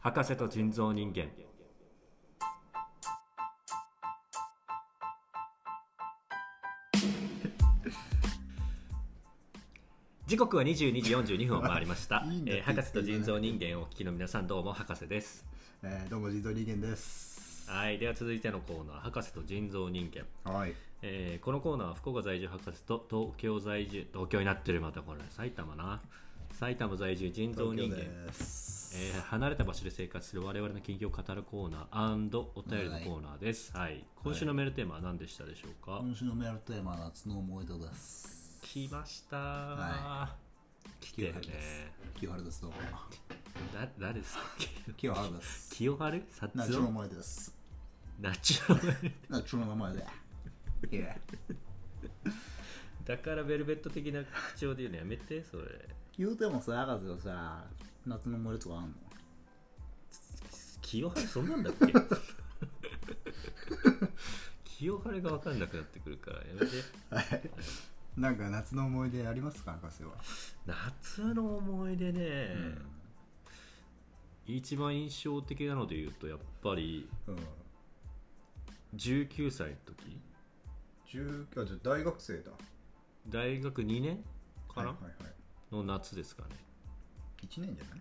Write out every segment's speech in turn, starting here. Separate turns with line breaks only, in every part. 博士と人造人間 時刻は22時42分を回りました
いいんだ
えー博士と人造人間をお聞きの皆さんどうも博士です
えー、どうも人造人間です。
はいでは続いてのコーナー博士と人造人間
はい。
えーこのコーナーは福岡在住博士と東京在住東京になってるまたこれ埼玉な埼玉在住人造人間
間です。
えー離れた場所で生活する我々の近況を語るコーナーお便りのコーナーです、はい今週のメールテーマは何でしたでしょうか、
今週のメールテーマは夏の思い出です。
来ました、
は
来てるね
清原です。清原です。どうも。
だ誰ですか
清原です。
清春サ
夏
ツ
の
オ
思い出です。
ナチュラル
夏の名前で。いや。
だからベルベット的な口調で言うのやめてそれ
言うてもさ、博士はさ、夏の思い出とかあんの
清春そんなんだっけ 清春が分かんなくなってくるからやめて
はい。なんか夏の思い出ありますか、博士は。
夏の思い出ね、
ん
一番印象的なので言うとやっぱり
うん。
19歳の時
中あじゃ大学生だ。
大学2年かな、
いはい。
の夏ですかね
一年じゃない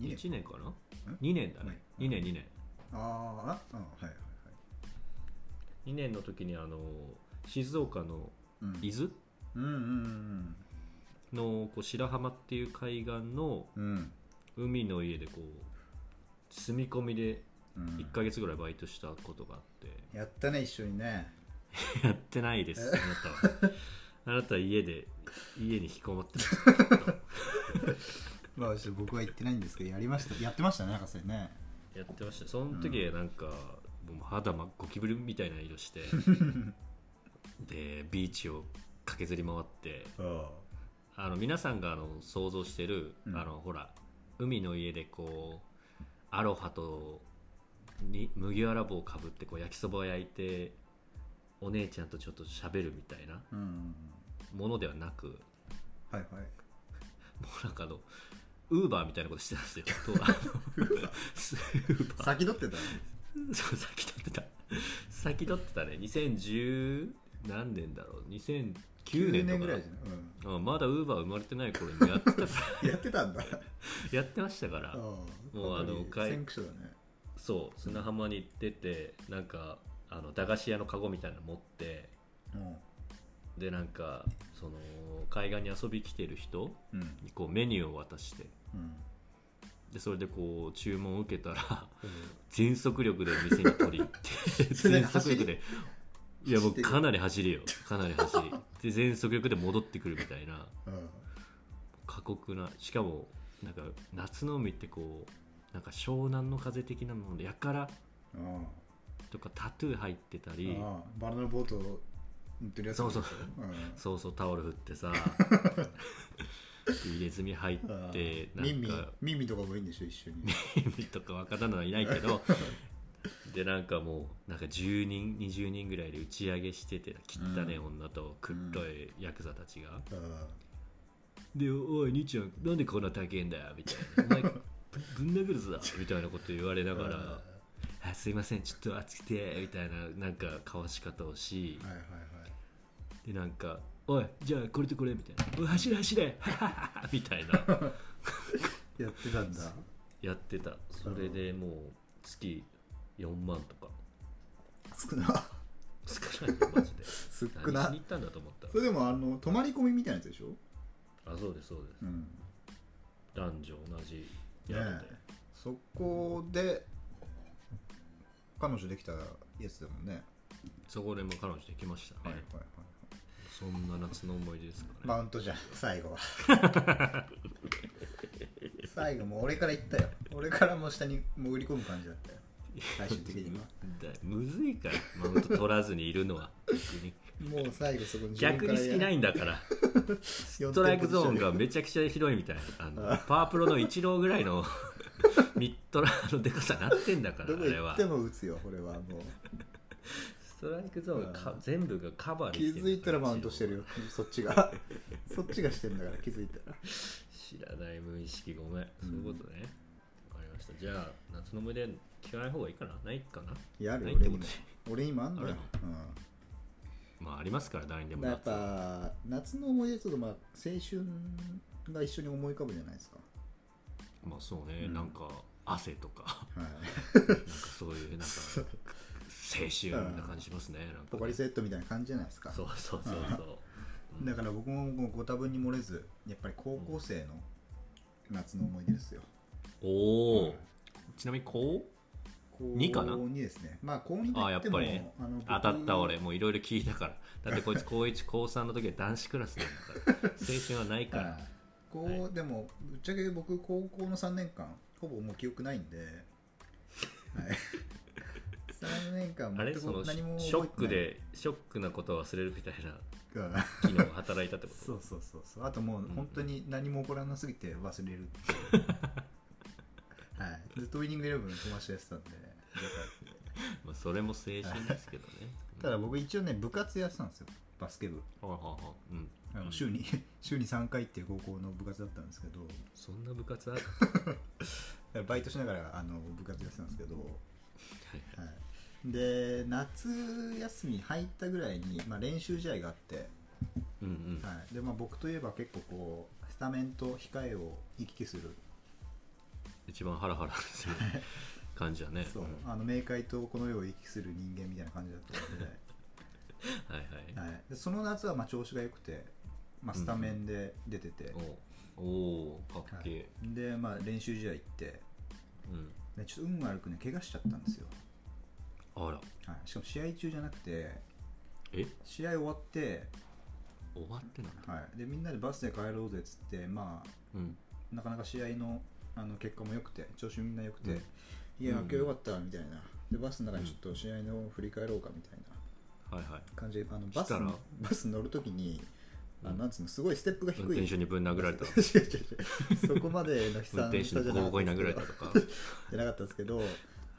二
1年かなん2年だね
うん
2年2年
ああ、うん、はいはいはい。
2年の時にあの静岡の
うん
伊豆
うんうん
のこう白浜っていう海岸の
うんうん
海の家でこう住み込みで
うん
1ヶ月ぐらいバイトしたことがあって、
やったね一緒にね
やってないです、あなたは。あなたは家で、家に引きこもってます。
まあちょっと僕は言ってないんですけどやりましたやってましたね博士ね
やってました。その時はなんか、もう肌真っゴキブリみたいな色して、で、ビーチを駆けずり回って、
あ
あの皆さんがあの想像してる、
うん
あのほら、海の家でこう、アロハとに麦わら帽をかぶってこう焼きそばを焼いて、お姉ちゃんとちょっと喋るみたいな
うんうん
ものではなく、
はいはい
もうなんかあの、ウーバーみたいなことしてたんですよ。とあの スーパー。
先取ってたね
そう、先取ってた。先取ってたね。2010何年だろう。2009
9
年とかな
年ぐらいじゃない、
うん、まだウーバー生まれてない頃にやってた
うん、やってたん だ
やってましたから、
も
もうあのかい
先駆者だね
そう、砂浜に行ってて、なんか、あの駄菓子屋のカゴみたいなの持って、で、なんか、その、海岸に遊び来てる人
うんうん
にこうメニューを渡して、
うん
で、それでこう、注文を受けたら、全速力で店に取り入って
それ
全速力でいやもう
走ってる
かなり走りよかなり走りで全速力で戻ってくるみたいな
うん
過酷なしかもなんか夏の海ってこうなんか湘南の風的なものでやから
うん
とかタトゥー入ってたり
ああバナナボート乗ってるやつ
そうそう
うん
そうそうタオル振って さ入れ墨入
ああ
ってなん
耳
か
耳とかもいいんでしょ 一緒に
耳とか若旦那はいないけどでなんかもうなんか10人20人ぐらいで打ち上げしてて汚ねえ
うん
女と黒いヤクザたちが、
うん
で「おい兄ちゃんなんでこんな高えんだよ」みたいな「お前ぶぶん殴るぞ」みたいなこと言われながら
うん
「あすいませんちょっと暑くて」みたいななんかかわし方をし
はいはいは
で
い
なんか「おいじゃあこれとこれ」みたいな「おい走れ走れ!はははは」みたいな。
やってたんだ
やってたそれでもう月4万とか
少な
少ないよマジで
少
何し
な
に行ったんだと思った
それでもあの泊まり込みみたいなやつでしょ
あそうですそうです
うん
男女同じやるんで、
ねそこで彼女できたやつだもんね
そこでも彼女できましたね、
はいはいはい
そんな夏の思い出ですかね、
マウントじゃん最後は 最後もう俺から言ったよ俺からもう下に潜り込む感じだったよ最終的には
だむずいからマウント取らずにいるの は逆に
もう最後そこに
逆に好きないいんだ からストライクゾーンがめちゃくちゃ広いみたいな あのパワープロのイチローぐらいの ミッドラーのでかさなってんだから
ど
あ
こ
れ
行っ
は
ても打つよこれはもう
ストライクゾーンがか全部がカバー
気
に
づいたらマウントしてるよそっち がそっちがしてんだから気づいたら
知らない無意識ごめん、そういうことねわかりまじゃあ夏の思い出聞かない方がいいかなないかな
やる
ない
よ
ってこ
俺
と
にも
で
俺にもあんだ
あ
よ
る、
うん
まあありますから誰にでも
まあやっ
夏は
ぱ夏の思い出とまあ青春が一緒に思い浮かぶじゃないですか。
まあそうね、
うん
なんか汗とか
はい、
なんかそういうなんか青春な感じしますねなんかね
ポカリスエットみたいな感じじゃないですか。
そうそうそうそう
だから僕ももうご多分に漏れず、やっぱり高校生の夏の思い出ですよ。
おお、
はい
ちなみにこう
高
二かな
高2ですね。まあ高2
あーやっぱりね
あの僕
当たった俺もういろいろ聞いたからだってこいつ高1高3の時は男子クラスなんだから青春はないか
は
ら
いこう、でもぶっちゃけ僕高校の3年間ほぼもう記憶ないん で、はい、3年間
あ
全
れ
く
そのシ
何も覚えてない
ョックでショックなことを忘れるみたいな
うん
機能が働いたってこ
そうそうそうそうあともう
うん
本当に何も起こらなすぎて忘れるっ ていう、はい、ずっとウイニングイレブン飛ばし やってたんで、
とまあそれも青春ですけ どね
ただ僕一応ね部活やってたんですよバスケ部
はあはあはあうん
あ
うん
の週に 週に3回っていう高校の部活だったんですけど
そんな部活ある
バイトしながらあの部活やってたんですけど、
はい
はい、で夏休み入ったぐらいに、まあ、練習試合があって、
うんうん
はいでまあ、僕といえば結構こうスタメンと控えを行き来する
一番ハラハラする感じだね
そう、
んは
あの冥界とこの世を行き来する人間みたいな感じだったので,、
いはい
はい、でその夏はまあ調子が良くて、まあ、スタメンで出てて、
おおーかっけえ、
はい、で、まあ、練習試合行って、
うん
ね、ちょっと運悪くね怪我しちゃったんですよ、
あら
はい、しかも試合中じゃなくて
え
試合終わって、
終わってなんだ
はい、でみんなでバスで帰ろうぜっつって、まあ、
うん
なかなか試合のあの結果も良くて調子みんな良くて、
うん
いや
うん
今日良かったみたいなでバスの中にちょっと試合の振り返ろうかみたいな
はいはい
感じであのバス
したら
のバス乗るときにあの
うん
なんつうのすごいステップが低い
運転手にぶん殴られた
違う違う違うそこまでの悲
運
惨
転手
さ
に
じ
ボ
ゃな
コ
か
ボ
っ
コ
た
に
で
殴られ
す
たと
け
か
どじゃなかったですけど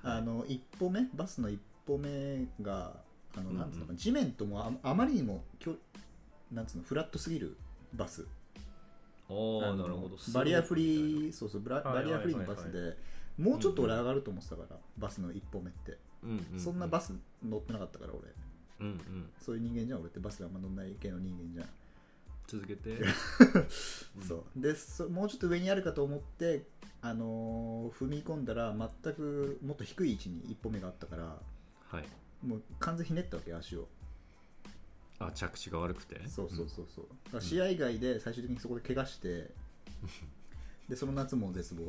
あの一歩目バスの一歩目があのなんつうの
うん
か
うん
地面ともああまりにもきょなんつうのフラットすぎるバス
お
あ
お
の
なるほど
バリアフ
ー
リーそうそうブラ
はい
バリアフリーのバス
は
でもうちょっと俺上がると思ってたから、バスの一歩目って、
うんうん
そんなバス乗ってなかったから俺
うんうん
そういう人間じゃん俺ってバスがあんま乗んない系の人間じゃん、
続けて
そうでそもうちょっと上にあるかと思ってあのー踏み込んだら全くもっと低い位置に一歩目があったから
はい
もう完全ひねったわけ足を
あ着地が悪くて
そうそうそうそうだから試合外で最終的にそこで怪我してでその夏も絶 望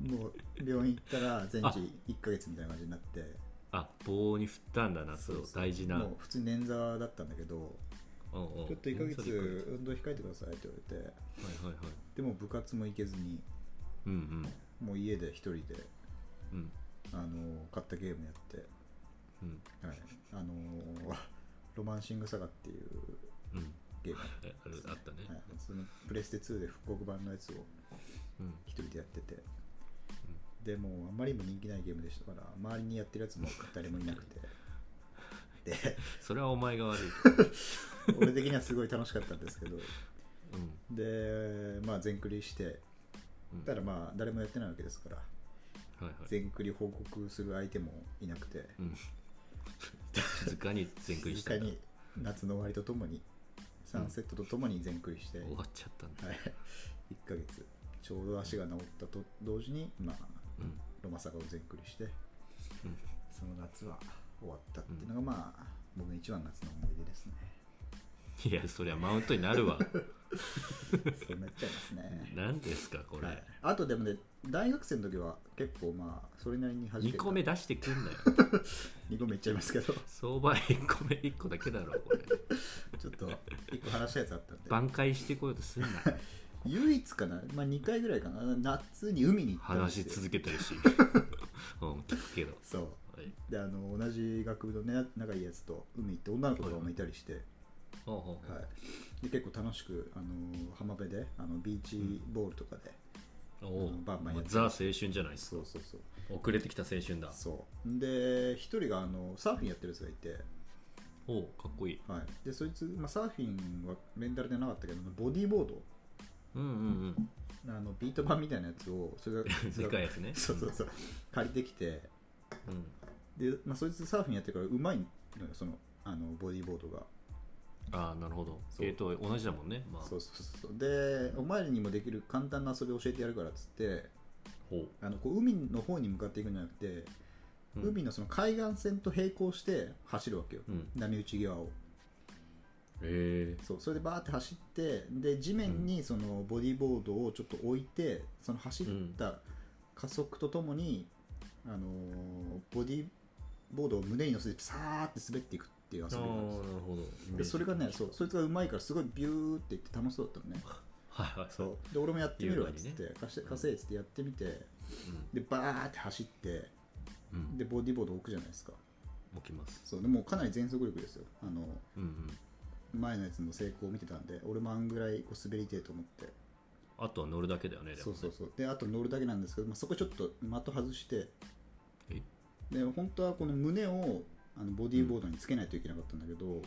もう病院行ったら全治1ヶ月みたいな感じになって
あ棒に振ったんだなそう
そうそう
大事な
もう普通に捻挫だったんだけど
うんうん
ちょっと1ヶ
それ
月運動控えてくださいって言われて
はいはいはい
でも部活も行けずに
うんうん
もう家で一人で
うん
あの買ったゲームやっ
うん
て、はい、あの ロマンシングサガっていう
うん
ゲーム、
えあるあったね
はい、そのプレステ2で復刻版のやつを
うん
一人でやってて、でもうあまりにも人気ないゲームでしたから周りにやってるやつも誰もいなくてで
それはお前が悪い
俺的にはすごい楽しかったんですけど
うん
でまあ全クリして
うん
ただまあ誰もやってないわけですから
はいはい
全クリ報告する相手もいなくて
うん静かに全クリしたんだ
に夏の終わりとともにサンセットとともに全クリして、
終わっちゃったんだ
はい、1ヶ月ちょうど足が治ったと同時に、まあ、
うん
ロマサガを全クリして、
うん
その夏は終わったっていうのが、まあ僕の一番の夏の思い出ですね
いやそりゃマウントになるわ
そうなっちゃいます ね
何ですかこれ
はい、あとでもね大学生の時は結構まあそれなりに弾け
2
た
個目出してくんなよ
2個目いっちゃいますけど ち
相場1個目1個だけだろこれ
ょっと1個話したやつあったんで
挽回してこようとすんな
唯一かな、まあ、2回ぐらいかな夏に海に行ったんで
話
す
し
よ
続けてる しうん聞くけど
そう
はい
であの同じ学部のね仲いいやつと海行って女の子とかもいたりして、
ほうほうほう
はい、で結構楽しく、あのー浜辺であのビーチボールとかで、
おう
バンバンやって
ザ青春じゃないですか
そうそうそう
遅れてきた青春だ
そうで一人があのサーフィンやってるやつがいて、
おうかっこいい
はい、でそいつ、まあ、サーフィンはレンタルでなかったけどボディーボード
うんうん
あのビート版みたいなやつをそれが
うん
そ
で
れが
かいやつね
そうそうそう借りてきて
うん
で、まあ、そいつサーフィンやってるからうまいのよそのあのボディーボードが、
ああなるほど
そう
えっ、と同じだもんねまあ
そうそうそうそうでお前らにもできる簡単な遊び教えてやるからっつって
ほ
あのこう海の方に向かっていくんじゃなくて、
う、うん、
海のその海岸線と並行して走るわけよ、
うん
波打ち際を
え
そうそれでバーって走ってで地面にそのボディーボードをちょっと置いてその走った加速とともに、あのーボディーボードを胸に乗せてさーって滑っていくっていう
ー、
遊び
ああ
なんですよ
なるほどイメー
で
ジ
それがねそうそいつがうまいからすごいビューっていって楽しそうだったのね
はいはい
そうで俺もやってみるわっつっ
優雅
て、貸して稼いっつってやってみてでバーって走って
うん、うん、
でボディーボード置くじゃないですか
起きます
そうでもうかなり全速力ですよあの
うんうん
前のやつの成功を見てたんで俺もあんぐらいこう滑りてえと思って
あとは乗るだけだよねでもね
そうそうそうであと乗るだけなんですけど、まあ、そこちょっと的外して
え
で本当はこの胸をあのボディーボードにつけないといけなかったんだけど、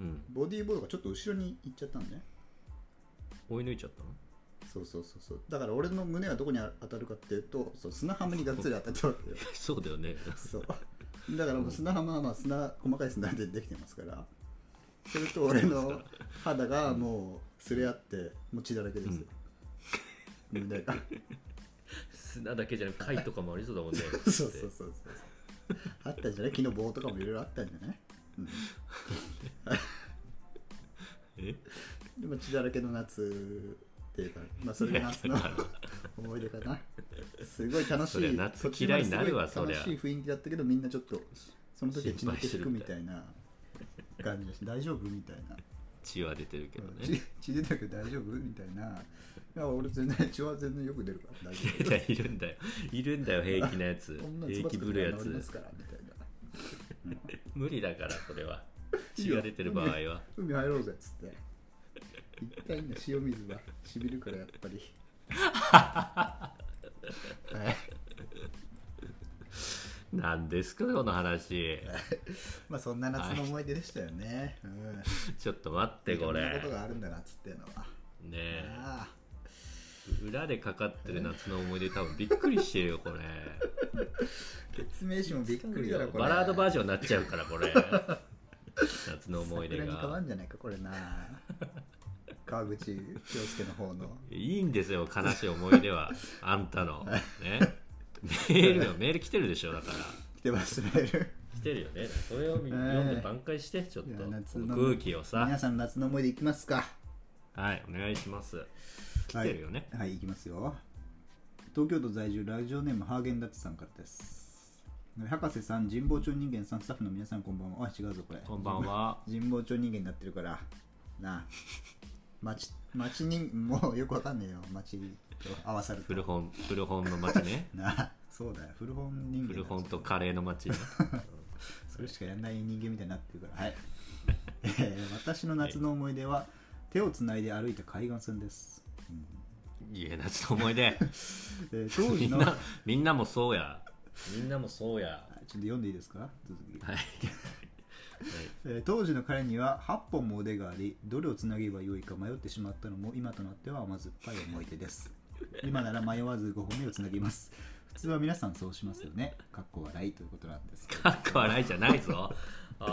うん
ボディーボードがちょっと後ろに行っちゃったんね
追い抜いちゃった の
そうそうそうそうだから俺の胸がどこに当たるかっていうとそう砂浜にがっつり当たったわけよ
そうだよね
そうだからもう砂浜はまあ砂細かい砂でできてますからそれと俺の肌がもうすれ合ってもう血だらけですよ、胸が
砂だけじゃなく貝とかもありそうだもんね
そうそうそうそうあったんじゃない昨日棒とかもいろいろあったんじゃない、うん
え
でも血だらけの夏っていうか、まあ、それが 夏の思い出かなすごい楽し
そりゃ
い
夏
途中ま
嫌い
ですごい
になるわそりゃ
楽しい雰囲気だったけどみんなちょっとその時は血の気引くみたいな感じだし大丈夫みたいな
血は出てるけどね
血血出たけど大丈夫みたいないや俺全然血は全然よく出るから大丈
いやいるんだよいるんだよ平気なやつ
夫 こんな
平
唾
気
つ
ぶるや
く治りま
つ
すからみたいな
無理だからそれはい
い
血
よ
が出てる場合は
海入ろうぜっつって一体ね塩水はしびるからやっ ぱりはい
何ですかこの話
まあそんな夏の思い出でしたよね。うん。
ちょっと待ってこ
いろん
れ
なことがあるんだなっつってのは。
ねえ
ああ
裏でかかってる夏の思い出多分びっくりしてるよこれ
説明書もびっくりだろこれ。
バラードバー
ジ
ジョンになっちゃうからこれ夏の思い出
に変わ
が
んじゃないかこれな。川口洋介の方の。
いいんですよ悲しい思い出はあんたのねメールよメール来てるでしょだから
来てますメール。
来てるよねそれを見読んで挽回してちょっと
いや夏
こ
の
の空気を
皆
さ
さん夏の思い出いきますか。
はいお願いします来てるよね、
はい、はい、いきますよ。東京都在住ラジオネームハーゲンダッツさんからです。博士さん、神保町人間さん、スタッフの皆さんこんばんは。あ、違うぞこれ。
こんばんは
人望町人間になってるからなあ町町人もうよくわかんねえよ町と合わさると
古本古本の街ね
なあそうだよ古本人間
古
だ
本とカレーの街ね
それしかやんない人間みたいになってるからはい、えー私の夏の思い出は、手をつないで歩いた海岸線です、うん
いや夏の思い出
えー当
み
時
ん
の
なみんなもそうやみんなもそうや
あちょっと読んでいいですか続き、
はい、はい、
えー当時の彼には8本も腕がありどれをつなげばよいか迷ってしまったのも今となっては甘酸っぱい思い出です今なら迷わず5本目をつなぎます普通は皆さんそうしますよねかっこ笑いということなんですけど
かっこ笑いじゃないぞお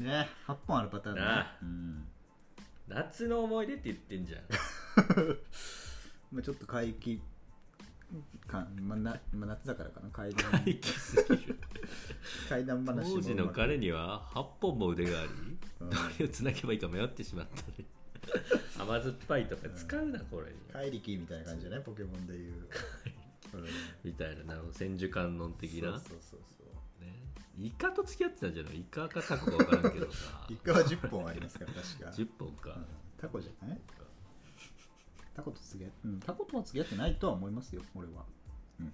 い
ね8本あるパターンね
なあ
うん
夏の思い出って言ってん じゃん
まあ、ちょっと怪奇感、まあなまあ、夏だからかな怪談
行き過ぎる
怪談話も
当時の彼には8本も腕があり
うん
どれをつなげばいいか迷ってしまったり甘酸っぱいとか使うなこれに
怪力みたいな感じじゃないポケモンでいう、うん
みたいなな千手観音的な、ね
そうそうそうそう、
イカと付き合ってたんじゃないイカかタコか分からんけどさ
一回は10本ありますから確か
10本か、
タコじゃないタコと付き合うん、タコとは付き合ってないとは思いますよ俺は、
いや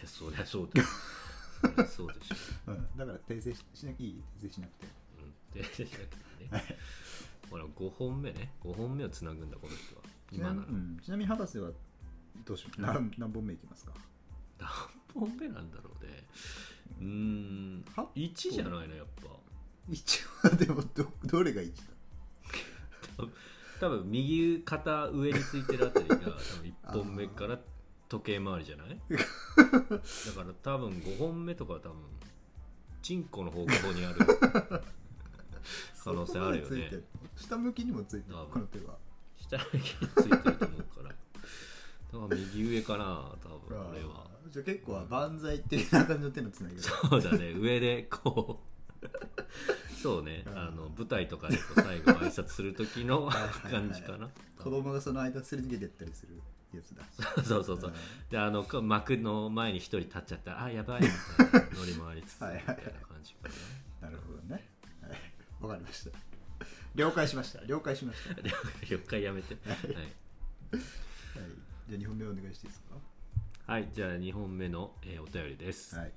そりゃそうだよそりゃそうでしょ、
うん、だから訂正ししなきゃいい訂正しなくて
うん、でじゃなくてねほら5本目ね5本目をつなぐんだこの人は
ち
今
なみ,、
な
う
ら
ん、ちなみに博士はどうし何何本目いきますか
何本目なんだろうねうーん
は
1じゃないのやっぱ
一はでもどどれが一だ
多分右肩上についてるあたりが多分1本目から時計回りじゃないだから多分5本目とかは多分チンコの方向にある 可能性あるよ
そこまでつい
ね
てる下向きにもついてる
多分
この手は
下向きについてると思うからだから右上かな多分俺は
あーじゃあ結構は万歳的な感じの手のつなぎだ
そうだね上でこうそうね
うん
あの舞台とかでこう最後挨拶する時の
はいはいはい
感じかな
子供がその間すり抜けてったりするやつだ
そうそうそう
あー
であのこう幕の前に一人立っちゃったらあやばいみたいな乗り回りつつみ
は
たいない
いは
感じか
なるほどねはいわかりました了解しました了解しました、は
な了解やめてはい
い、じゃあ2本目お願いしていいです
はい、じゃあ2本目の、えーお便りです、
かはい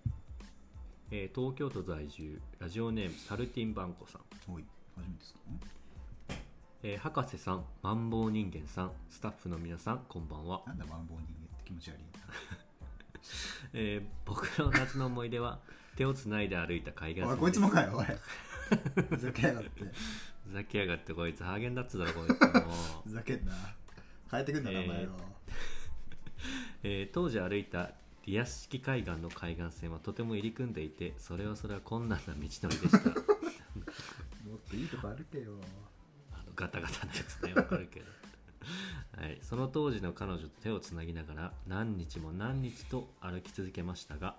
えー東京都在住ラジオネームサルティンバンコさん、
おい初めてですか
えー博士さんマンボウ人間さんスタッフの皆さんこんばんは、
なんだマンボウ人間って気持ち悪い
えー僕の夏の思い出は 手をつないで歩いた海岸
なおい
線
こいつも
です
かよおいふざけやがって
ふざけやがってこいつハーゲンダッツだろこいつも
ふざけんな変えてくんだ名前を、
えーえー当時歩いたリアス式海岸の海岸線はとても入り組んでいてそれはそれは困難な道のりで した
もっといいとこ歩けよ
あのガタガタなやつねわかるけど、 はい、その当時の彼女と手をつなぎながら何日も何日と歩き続けましたが、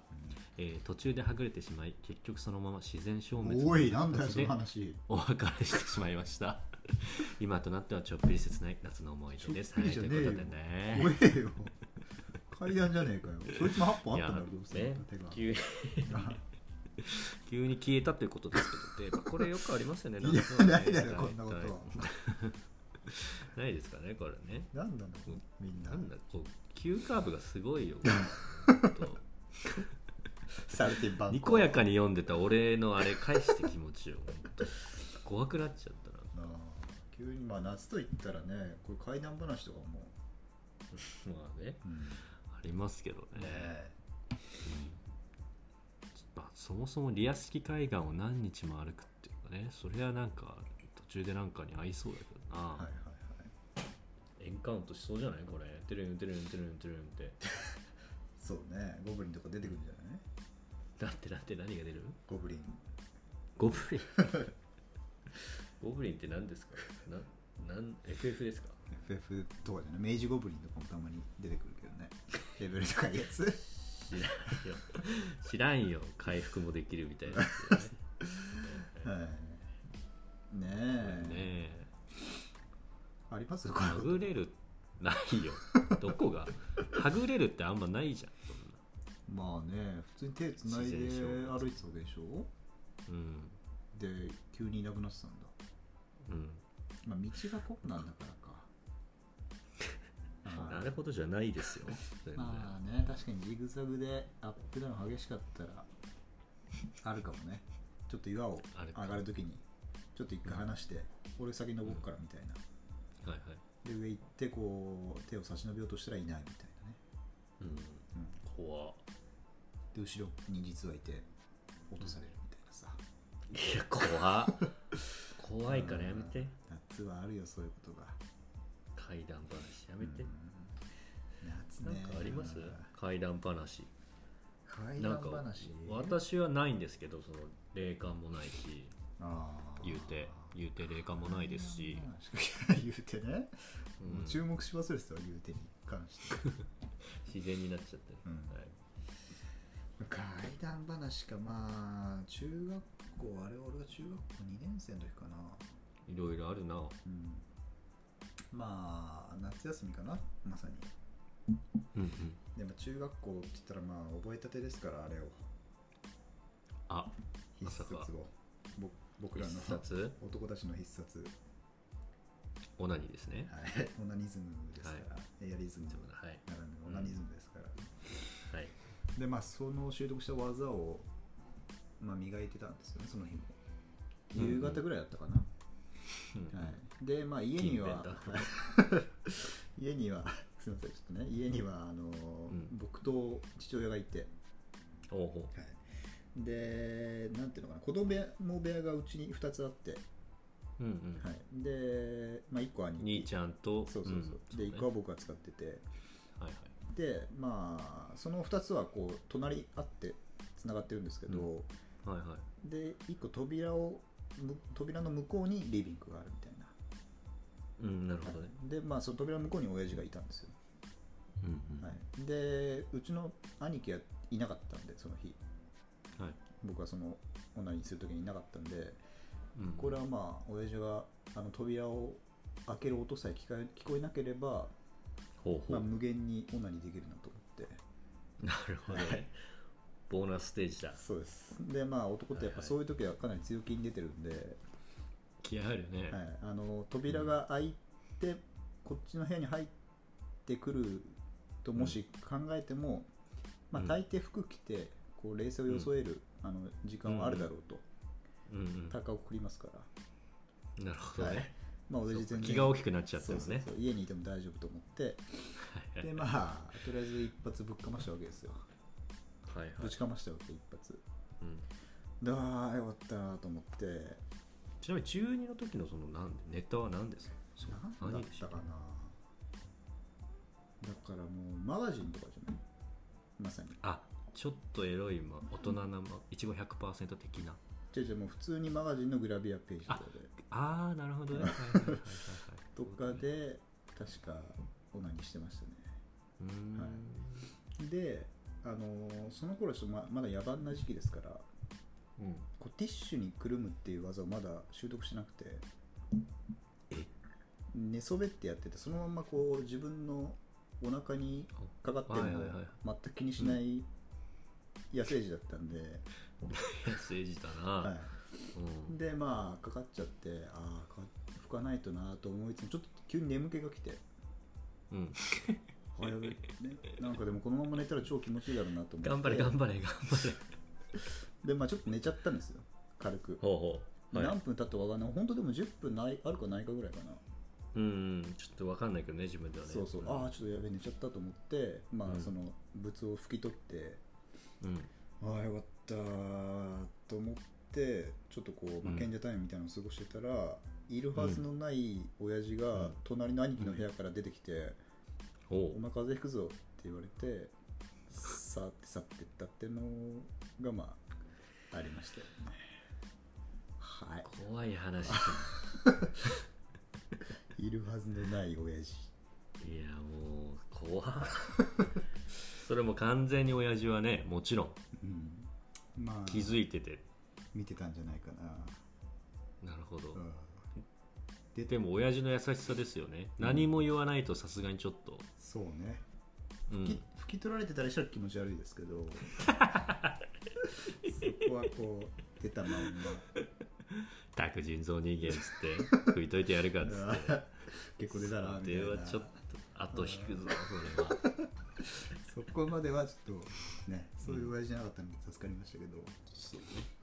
えー途中ではぐれてしまい結局そのまま自然消滅
おいなんだよ
形
その
で
話
お別れしてしまいました 今となってはちょっぴり切ない夏の思い出です
ちょっぴりじゃねえよ
はいということでね
怖えよ階段じゃねえかよそいつも8本 あったんだろどうせ
いやね
手が
急に急に消えたということですけどで、まあこれよくありますよね
いや
夏はね
ないだ
大
ろ
体
こんなこと
ないですかねこれね
なんなのみんな
なんだこう急カーブがすごいよ ほんと
サルティンバンコ
にこやかに読んでた俺のあれ返して気持ちよほんと怖くなっちゃったな
なあ急にまあ夏といったらねこういう怪談話とかも、
まあね
うん、
ありますけど
ね
ね
え
まあ、そもそもリアス式海岸を何日も歩くっていうかねそれはなんか途中でなんかに合いそうだけどな、
はいはいはい
エンカウントしそうじゃないこれてるんてるんてるんてるんって
そうねゴブリンとか出てくるんじゃない
だってだって何が出る
ゴブリン
ゴブリンゴブリンって何ですかななん FF ですか
FF とかじゃない明治ゴブリンとかもたまに出てくるけど ねレベル高いやつ
知らんよ知らんよ回復もできるみたいなやつよね
はい
ね
ねえ
え
ありますこ
は
の
ぐれるないよどこがはぐれるってあんまないじゃんそんな
まあね普通に手つないで
自然消滅
歩いてたわけでしょ
うん
で急にいなくなってたんだ
うん
まあ道がこうなんだ からか
なるほどじゃないです よ。全然
まあね確かにジグザグでアップダウン激しかったらあるかもねちょっと岩を
あるか
上がるときにちょっと一回離して、俺先登っからみたいな、
はいはい。
で上行ってこう手を差し伸べようとしたらいないみたいなね、
うん。
うん、
怖。
で後ろに実はいて落とされるみたいなさ、
いや怖。 怖いからやめて。
夏はあるよそういうことが
怪談話やめて
うん。夏
なん
ね
かあります？怪談話。
怪
な
談
んか
話
私はないんですけど、その霊感もないし、
あー
言うて言うて霊感もないですし。
怪談話 言うてね、
うん
もう注目し忘れてたわ言うてに関 して
自然になっちゃってる。
うん
はい
怪談話かまあ中学校あれ俺が中学校2年生の時かな、
いろいろあるな。
うん、まあ夏休みかなまさに
うんうん。
でも中学校って言ったらまあ覚えたてですからあれを
あ、ま
必
さ
殺
か
をぼ僕
一
らの
冊
男たちの必殺は
オナニーですね。
いオナニズムですから、エアリズム
でもなはい
ならぬオナニズムですから、
はい。
でまあその習得した技を、まあ、磨いてたんですよねその日も
うんうん
夕方ぐらいだったかな、
うん
はい、でまあ家には
勤
家にはすみませんちょっとね家にはあのー、
ん
僕と父親がいて、
おうほ
でなんていうのかな子供部屋も部屋がうちに2つあって
ううんうん
はい、で、まあ、1個兄貴
兄ちゃんと
そうそうそう、
ん
で
ね
1個は僕が使ってて
はいはい
でまあその2つはこう隣あってつながってるんですけど、
うはいはい
で1個扉をむ扉の向こうにリビングがあるみたいな、
うんなるほど
は
ね
いでまあその扉の向こうに親父がいたんですよ、
うんうん
は
はい
い、でうちの兄貴はいなかったんでその日僕はそのオナニーする時にいなかったんで
うん
これはまあ親父があの扉を開ける音さえ聞か聞こえなければ、
ほうほ
まあ、
う
無限にオナニーできるなと思って
なるほどねボーナスステージだ
そうですでまあ男ってやっ
はい
ぱ
はい
そういう時はかなり強気に出てるんで、
気合入るね
はい、あの扉が開いてこっちの部屋に入ってくるともし考えても、まあ
うん
大抵服着てこう冷静を装える、あの時間はあるだろうと、
うんうん
高をくくりますから、
なるほど
は
ね
いまあ親父
そう
全然
か気が大きくなっちゃった
そ
ん
う
です
そう
ね
そう家にいても大丈夫と思って
はい
でまあとりあえず一発ぶっかましたわけですよ
はいはい
ぶちかましたわけ一発
うん
だあよかったなと思って
ちなみに中二の時のそのなんネタは何ですかそう
何だっ
でしたた
かなだからもうマガジンとかじゃないまさに
あちょっとエロい、ま、大人な、ま、いちご100%的な
違う違うもう普通にマガジンのグラビアページとかで
ああなるほどねはいはい はいはいはい
とかで確かオナニーしてましたね
うーん
はいであのーその頃ちょっとままだ野蛮な時期ですから
うん
こうティッシュにくるむっていう技をまだ習得しなくて
え
寝そべってやっててそのまんまこう自分のお腹にかかってる
はい
の
は
を
いはい
全く気にしない野生児だったんで、
政治だな、
は
う
い、
ん、
でまあかかっちゃってああ拭かないとなと思いつつちょっと急に眠気 が来て
うん、
あやべ、ね、なんかでもこのまま寝たら超気持ちいいだろうなと思って
頑張れ頑張れ頑張れ
でまあちょっと寝ちゃったんですよ軽く、
ほうほうはい
何分経ったかわかんない本当でも10分ないあるかないかぐらいかな
うんうんちょっとわかんないけどね自分ではね
そうそうああちょっとやべえ寝ちゃったと思ってま
う
あ
ん
そのブツを拭き取って、
うん
ああよかったと思ってちょっとこう、ま
う
あ、
ん
賢者タイムみたいなのを過ごしてたら、いるはずのない親父
う
が
ん
隣の兄貴の部屋から出てきて「
ほ
お前風邪ひくぞ」って言われてさーって去ってったってのがまあありましたよねは
う怖い話 じ
いいるはずのない親父
ゃんいやもう怖 っそれも完全に親父はねもちろん
うんまあ
気づいてて
見てたんじゃないかな、
なるほど、
うん、
でも親父の優しさですよね、何も言わないとさすがにちょっと、
そうね
う
吹き
ん、
吹き取られてたりしたら気持ち悪いですけどそこはこう出たま んま
たく人造人間っつ って食いといてやるかっつって
あ結構出たな
そ
みたい
れ
な
はちょっと後引くぞそれは
そこまではちょっとねそういう親父じゃなかったので助かりましたけど、
そう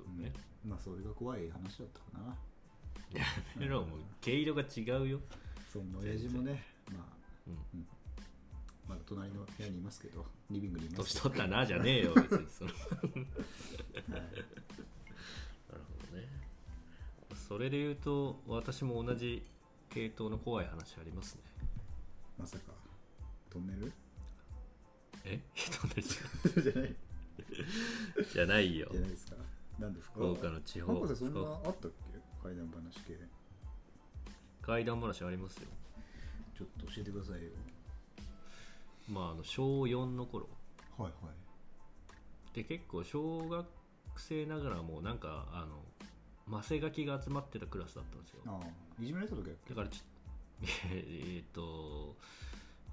うん
ね
まあそれが怖い話だったかな
やめろもう毛色が違うよ、
そんな親父もねま
うん、
あまだ隣の部屋にいますけどリビングにいます
年
け
取ったなじゃねえ よ別にそのな
ど、はい
るほどねそれで言うと私も同じ系統の怖い話ありますね
まさかトンネ ル
え人んなりじ
じゃない
ゃじゃないよ
じゃないですか何ですか
福岡の地方
博士そんなあったっけ怪談話系
怪談話ありますよ
ちょっと教えてくださいよ
まああの小4の頃
はいはい
で結構小学生ながらもなんかあのマセガキが集まってたクラスだったんですよ
ああいじめられた時だっけ
だからちょ えーっと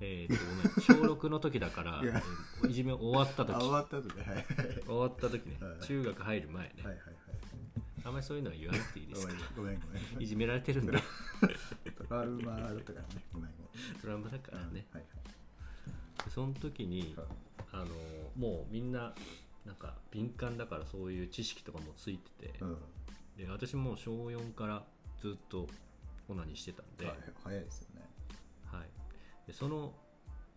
えーっとごめん小6の時だから
いや
えーいじめ終わった
あ
時
終
終
わった後ではいはい
わった時ね
はい
中学入る前ね、
はいはい
あんまりそういうのは言わなくていいですから
ごめんごめんごめ
い
ん
じめられてるんで
トラウマだったからねごめん
トラウマだか
ご
ら
めん
ね
はい
でその時に
はい
あのもうみんななんか敏感だからそういう知識とかもついてて、
うん
で私もう小4からずっとオナニーしてたんで,、
は
はい
い早いですよね
でその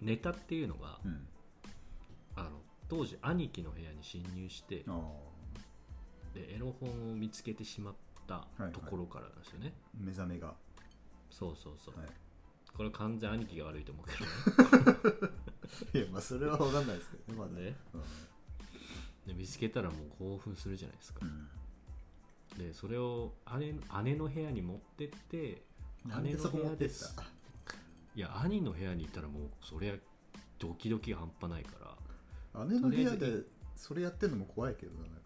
ネタっていうのが、
うん
あの当時兄貴の部屋に侵入して
ああ
でエロ本を見つけてしまっったところからなんですよね、
目覚めが、は
そうそうそう、
い、
これ完全兄貴が悪いと思うけ
いやまあそれは分かんないですけどねま
ど
だ
ね
ね
ね、で見つけたらもう興奮するじゃないですか
う、ん
でそれを姉姉の部屋に持ってって
なんでそこ持って
姉の部屋
っ
です
た
いや兄の部屋に行ったらもうそりゃドキドキ半端ないから、
姉の部屋
とりあえ
でそれやってんのも怖いけどななんか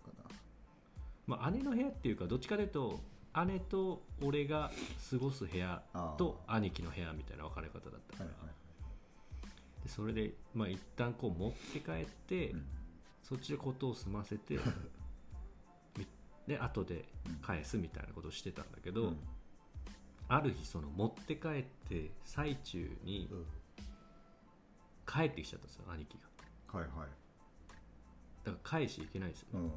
まあ、姉の部屋っていうかどっちかというと姉と俺が過ごす部屋
な
と
あ
兄貴の部屋みたいな分かれ方だった
あ
か
は
ら、
いはい
でそれで、まあ、一旦こう持って帰って、
うん
そっちでことを済ませ てみで後で返すみたいなことをしてたんだけど、
うん
ある日その持って帰って最中に
うん
帰ってきちゃったんですよ兄貴が
はいはい
だから返しちゃいけないんですよね、
うん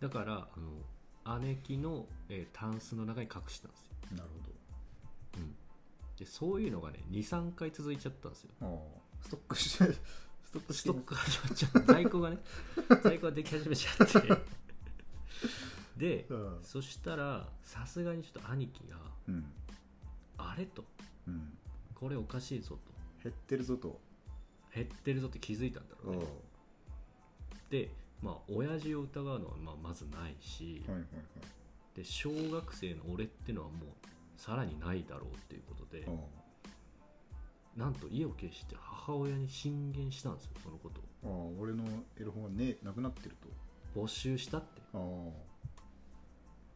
だからあの姉貴の、えータンスの中に隠してたんですよ、
なる
うんでそういうのがね23回続いちゃったん ですよ
ほどああストックしてストックし
ス
て
トックが始まっちゃう在庫が ね在庫ができ始めちゃってで
うん
そしたらさすがにちょっと兄貴が
うん
あれと
うん
これおかしいぞと
減ってるぞと
減ってるぞって気づいたんだろう
うん
ねでまあ親父を疑うのはまあまずないし、
はいはいはい
で小学生の俺ってのはもうさらにないだろうっていうことで、
うん
なんと意を決して母親に進言したんですよそのことを
ああ俺のエロ本はねなくなってると
募集したって
ああ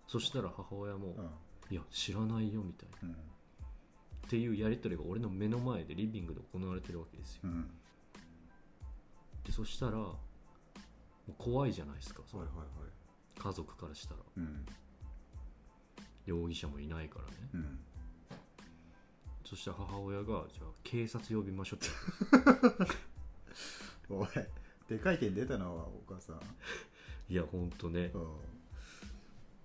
そしたら母親も
う
「い
ん
や知らないよ」みたいな
うん
っていうやり取りが俺の目の前でリビングで行われてるわけですよ
うん
でそしたらもう怖いじゃないですか
はいはいはい
家族からしたら
うん
容疑者もいないからね
うん
そしたら母親が「じゃあ警察呼びましょう」って
おいでかい点出たなお母さん
いやほんとね
う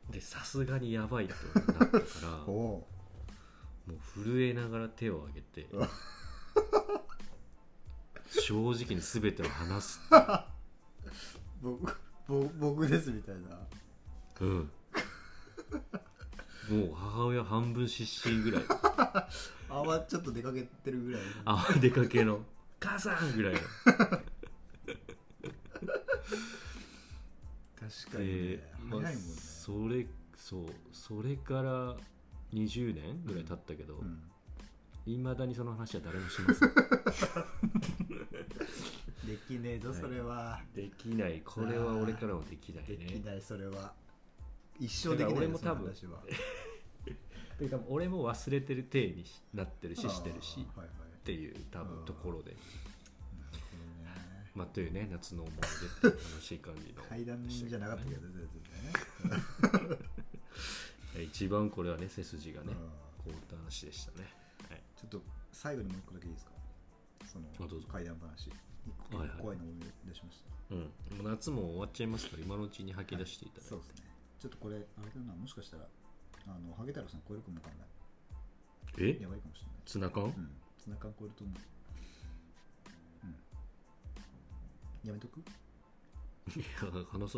ん
でさすがにやばいってなった からも
おう
う震えながら手を挙げ て
うわ
正直に全てを話す
僕ぼ僕ですみたいな
うんもう母親半分失神ぐらい
あわちょっと出かけてるぐらい
あ出かけの「母さん!」ぐらいの
確かに、ね
で、
早いもんね、
それそうそれから20年ぐらい経ったけど
うん
いま、未だにその話は誰もしません
できねえぞそれは、
できないこれは俺からもできない
で
ね
きないそれは一生できないよ
だから俺も多分
その話は
てか俺も忘れてる体にしなってるししてるし
あーはいはい
っていう多分ところで
なるほどね
まあというね夏の思い出っていう楽しい感じの
階段じゃなかったけどね
え一番これはね背筋が
全然
ね
ね、
こういった話でしたね
ちょっと最後にもう一個だけいいですかそ
あどう
の
ぞ
階段話一個
はいはい
怖いの思い出しました、
うんもう夏も終わっちゃいますから今のうちに吐き出していただいて、
そうですねちょっとこれあれだなもしかしたらあのハゲ太郎さん超えるかもわかんない
え
やばいかもしれない
ツナ缶
うんツナ缶超えると思ううんやめとく
いや話 そ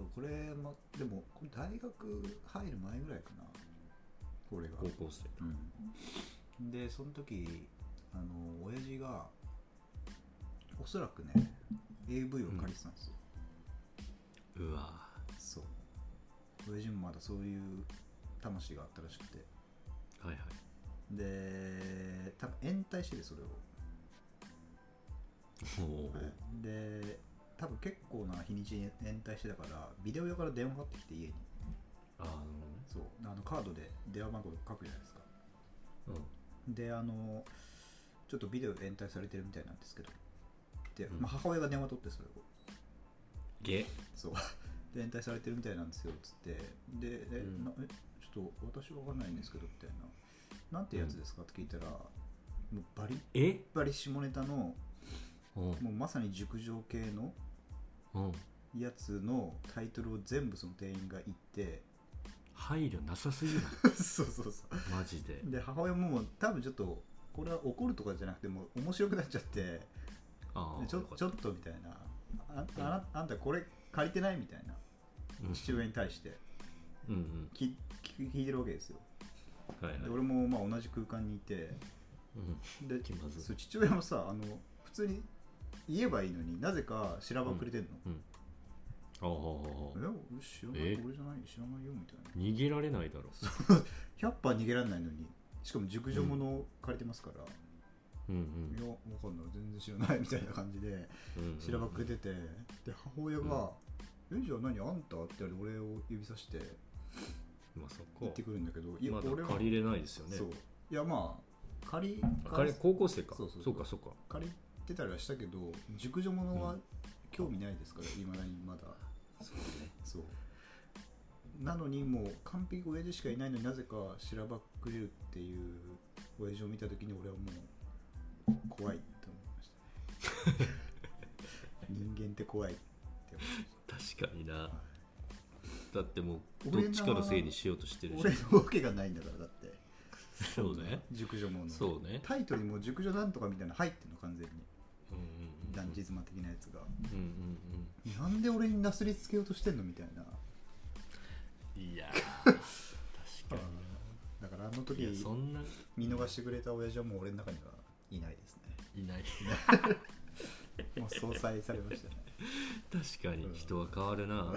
う
そうこれ、ま、でもこれ大学入る前ぐらいかなこれが
高校生
うん、でその時あの親父がおそらくね AV を借りてたんですよ、
うわ
そう親父もまだそういう魂があったらしくて
はいはい
で多分延滞しててそれを、
おお
で多分結構な日にちに延滞してたからビデオ屋から電話かかってきて家に
ああなる
そうあのカードで電話番号書くじゃないですか
ほどね
であのちょっとビデオ延滞されてるみたいなんですけどで、
うん
まあ、母親が電話取ってそれを
うんゲ
そう。で、延滞されてるみたいなんですよ、つって。で、え、
うん
なえちょっと私はわかんないんですけど、みたいな。なんてやつですかって聞いたら、もうバリッ
え
バリ下ネタの、
うん
もうまさに熟女系の
うん
やつのタイトルを全部その店員が 言って、
配慮なさすぎ ない
そうそうそ
マジで
う。で、母親ももう多分ちょっと、これは怒るとかじゃなくて、もう面白くなっちゃって、
ああ
でちょ
よか
ちょ
っ
っとみたいな。ああなあんたこれ借りてないみたい
う
な。
ん
父親に対して
うん
聞聞聞いてるわけですよ
うんはい
で
はい
俺もまあ同じ空間にいて
うん
で
気まずい
そう父親もさあの普通に言えばいいのになぜか調ばくれてんの、
ああああああ
え俺知らない
え
俺じゃない知らないよみたいな
逃げられないだろ
100パー逃げられないのにしかも熟女もの借りてますから、
うん
いやわかんない全然知らないみたいな感じで
うんうんうん
調ばくれてて、で母親が「えじゃあ何あんた?」って俺を指さして
まあそこ
行ってくるんだけどいや
ま
俺
だ
は
借りれないですよね
そういやまあ借り
あ借り高校生か
そ
そうう
そう
かそうか
借りてたりはしたけど熟女ものは興味ないですからいま、未だにまだ
そうね
そうなのにもう完璧親父しかいないのになぜか白ばっくれるっていう親父を見た時に俺はもう怖いって思いました 人間って怖いって思いまし
確かにな
たは
だってもうど
俺
っ
な
ちかのせいにしようとしてる
い
し
俺のわけがないんだからだって
そう ね
熟女もの
そうね
タイトルにもう熟女なんとかみたいなの入ってんの完全に
うんうん
男児妻的なやつが
うんうん
なんで俺になすりつけようとしてんのみたいな
うんいや ー確か
だからあの
にい
時
やそんな
見逃してくれた親父はもう俺の中にはいないです ね
いない
もう相殺されま したね
確か
う
に
ん
人は変わる な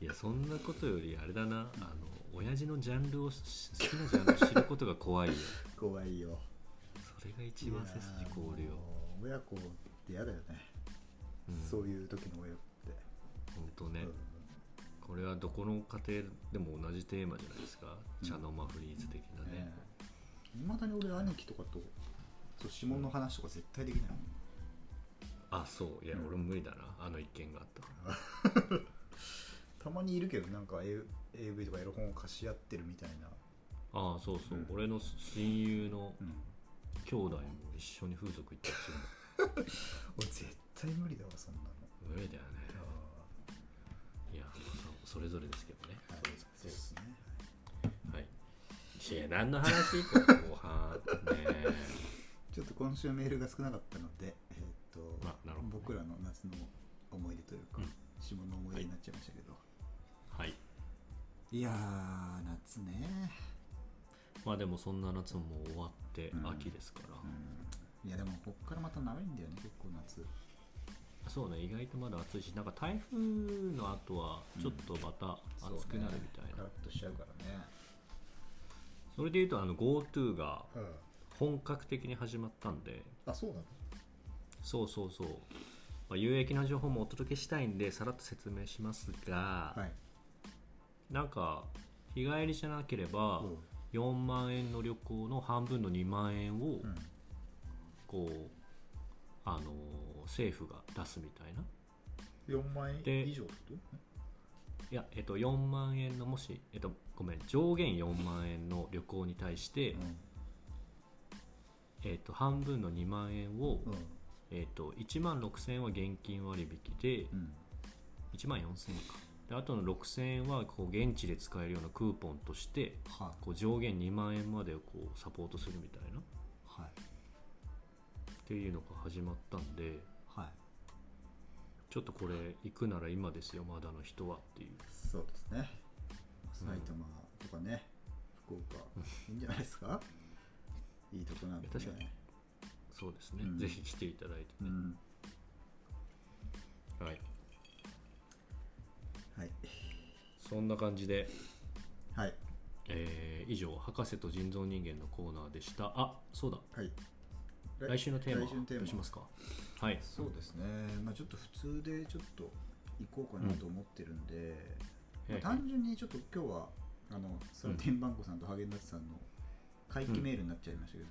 いやそんなことよりあれだなあの親父のジャンルをし好きなジャンルを知ることが怖 いよ
怖いよ
それが一番背筋凍るよ
いや、ーもう親子って嫌だよね、
うん、
そういう時の親子って、
ほんとね、
うん
これはどこの家庭でも同じテーマじゃないですか、
うん
茶の間フリーズ的なね
ね、いまだに俺兄貴とかとそう指紋の話とか絶対できないもん
あそういや、
うん
俺も無理だなあの一件があったから
たまにいるけどなんか A- AV とかエロ本を貸し合ってるみたいな、
ああそうそう、
うん
俺の親友の
うん、
兄弟も一緒に風俗行ったりする
俺絶対無理だわそんなの
の無理だよねいやそそれぞれですけどね
はいそうですね
はいいや何の話これ後半ねえ
ちょっと今週メールが少なかったので、えーっと
あなるほどね
僕らの夏の思い出というか、
うん
下の思い出になっちゃいましたけど、
はい
い、やー夏ね、
まあでもそんな夏も終わって
うん
秋ですから、
うん、いやでもこっからまた長いんだよね結構夏
そうね意外とまだ暑いしなんか台風の後はちょっとまた暑くなるみたいな、
カラッとしちゃうからね
それでいうとあの GoTo が
うん
本格的に始まったんで
あそうなの
そうそうそう、まあ、有益な情報もお届けしたいんでさらっと説明しますが、
はい
なんか日帰りじゃなければ
うん
4万円の旅行の半分の2万円を
うん
こう、あのー政府が出すみたいな
4万
で
円以上ってこ
いや、えっと、4万円のもし、えっと、ごめん上限4万円の旅行に対して、えっと、半分の2万円を、
とうん
えっと、1万6000円は現金割引で、
うん
1万4000円かであとの6000円はこう現地で使えるようなクーポンとして
は
こう上限2万円までをこうサポートするみたいなっ
いはい
ていうのが始まったんで
はい
ちょっとこれ行くなら今ですよまだの人はっていう
そうですね
うん
埼玉とかね、福岡いいんじゃないですかいいとこなんで、ね、
確かにそうですね、
うん
ぜひ来ていただいて
う
ね、
ん
はい
はい
そんな感じで、
はい
えー以上「博士と人造人間」のコーナーでしたあそうだ
はい
来週のテーマ
来週のテーマ
どうしますかはい
そうですねまあちょっと普通でちょっと行こうかなと思ってるんで、まあ
えー
単純にちょっと今日はあのその天番子さんとハーゲンダッツさんの回帰メールになっちゃいましたけど、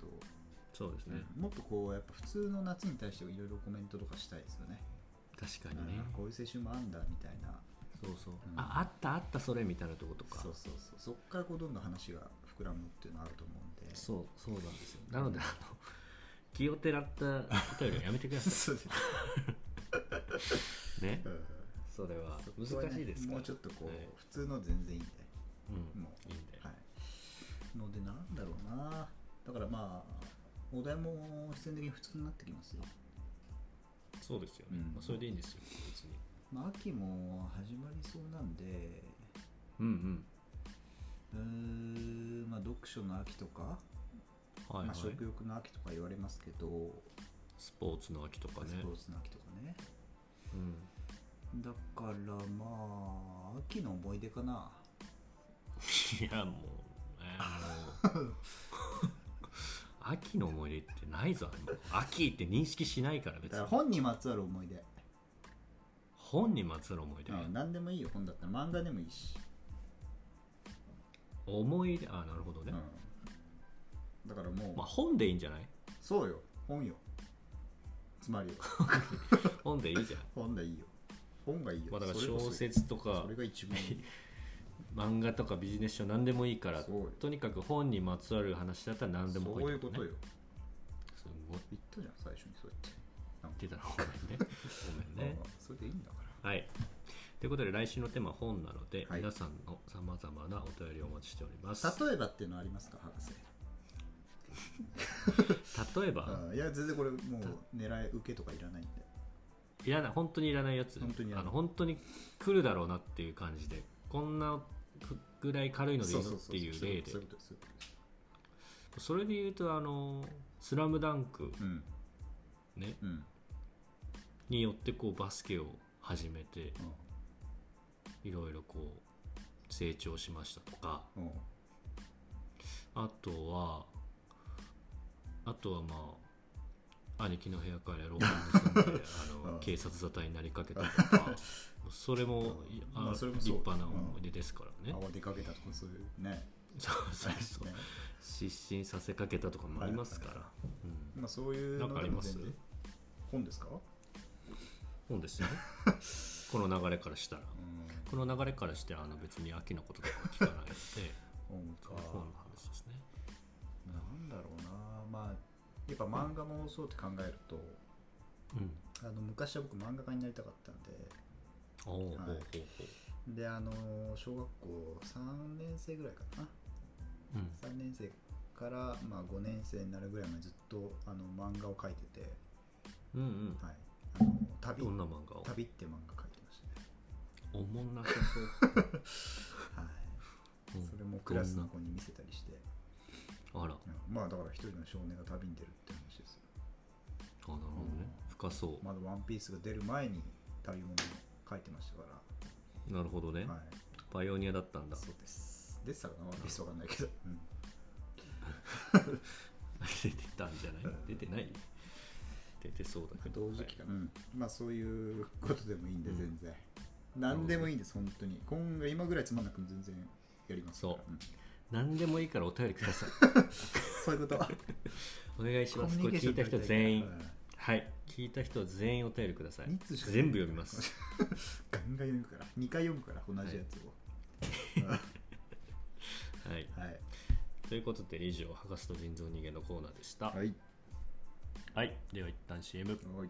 そうですね、
もっとこうやっぱ普通の夏に対していろいろコメントとかしたいですよね
確かにね、
うんこういう青春もあんだみたいな
そうそう、
うん
ああったあったそれみたいなとことか
そうそうそうそっからこうどんどん話が膨らむっていうのはあると思うんで
そうそうなんですよなのであの気をてらったお便りはやめてくださ
そう です
いね
うん
それは
そこはね
難しいですから
もうちょっとこう、
はい
普通の全然いいんで
うん
もう
いいんで、
はいのでなんだろうなだからまあお題も必然的に普通になってきますよ
そうですよね、
うん
まあ、それでいいんですよ別に
まあ、秋も始まりそうなんで、
うん
うーん、まあ、読書の秋とか、
うんはいは
まあ、
い
食欲の秋とか言われますけど、
スポーツの秋とかね
スポーツの秋とかね。
うん
だからまあ、秋の思い出かな。
い やもう、えーもう秋の思い出ってないぞもう秋って認識しないから別
だか
に
ら本にまつわる思い出。
本にまつわる思い出、
うん、何でもいいよ、本だったら漫画でもいいし。
思い出あなるほど
う
ね、
ん、だからもう、
まあ本でいいんじゃない
そうよ、本よ。つまりよ、
本でいいじゃん
本だいいよ。本がいいよ。
まあだから
それこそ
小説とか
それが一番いい。
漫画とかビジネス書何でもいいから
そうよ
とにかく本にまつわる話だったら何でも
そういう
って
ことよ。
すごい
言ったじゃん、最初にそうやって。
言ってたなごめんねごめん ね
まあまあそれでいいんだから。
はいということで来週のテーマは本なので、
はい
皆さんのさまざまなお便りをお待ちしております
例えばっていうのありますか、博士。
例えば、
あいや、全然これもう狙い受けとかいらないんで。
いらない本当にいらないやつ
本当にいらない
あの本当に来るだろうなっていう感じでこんなぐらい軽いのでいいのっていう例で
そういうことそういうことです
それで言うとあの「スラムダンク
うん。
ね
うん。うん
によってこうバスケを始めていろいろこう成長しましたとか
うん。
あとはあとはまあ兄貴の部屋からやろうと思 ってあ
うん
の警察沙汰になりかけたと かそれもいあ
まあ
の
それもそ
立
う
派な思い出ですからね、
泡出かけたとかそういうね。
そう そうそう
ね
失神させかけたとかもありますから、うん
まあそういう
なん
の
かあ
で
り
も
ます
全然。本ですか
本です よねこの流れからしたら
うん。
この流れからしてあの別に秋のこととかは聞かないの で
本か。
本の話ですね
なんだろうな。まあ、やっぱ漫画もそうって考えると、
うん
あの昔は僕漫画家になりたかったんで、
おお、
はい
ほうほうほ
で、あの、小学校3年生ぐらいかな。
ううん
3年生から、まあ、5年生になるぐらいまでずっとあの漫画を描いてて、
うんうん
はい、あの旅
どんな漫画を
旅って漫画描いてましたね、
おもんなさ
は い、
そう、うん
それもクラスの子に見せたりして、
あらあなる
うんまあだから一人の少年が旅に出るって話ですよ、
ほどね深そ
まだ「ワンピースが出る前に旅物を描いてましたか
うなるほどね、
ら、はい、
パイオニアだったんだ
そうです出てたかな「ワンピースわかんないけど、うん
出てたんじゃない出てない出てそうだけど
同時期かな、うんまあそういうことでもいいんで全然、何でもいいんです本当に今が今ぐらいつまんなくても全然やりますから
そうん何でもいいからお便りくだ さい
そういう こと
お願いしますこれ聞いた人全員はい聞いた人は全員お便りください
2通しか
全部読みます
ガンガン読むから2回読むから同じやつを、
はい
はい
ということで以上「博士と人造人間」のコーナーでした
はい
はい、では一旦 CM
はい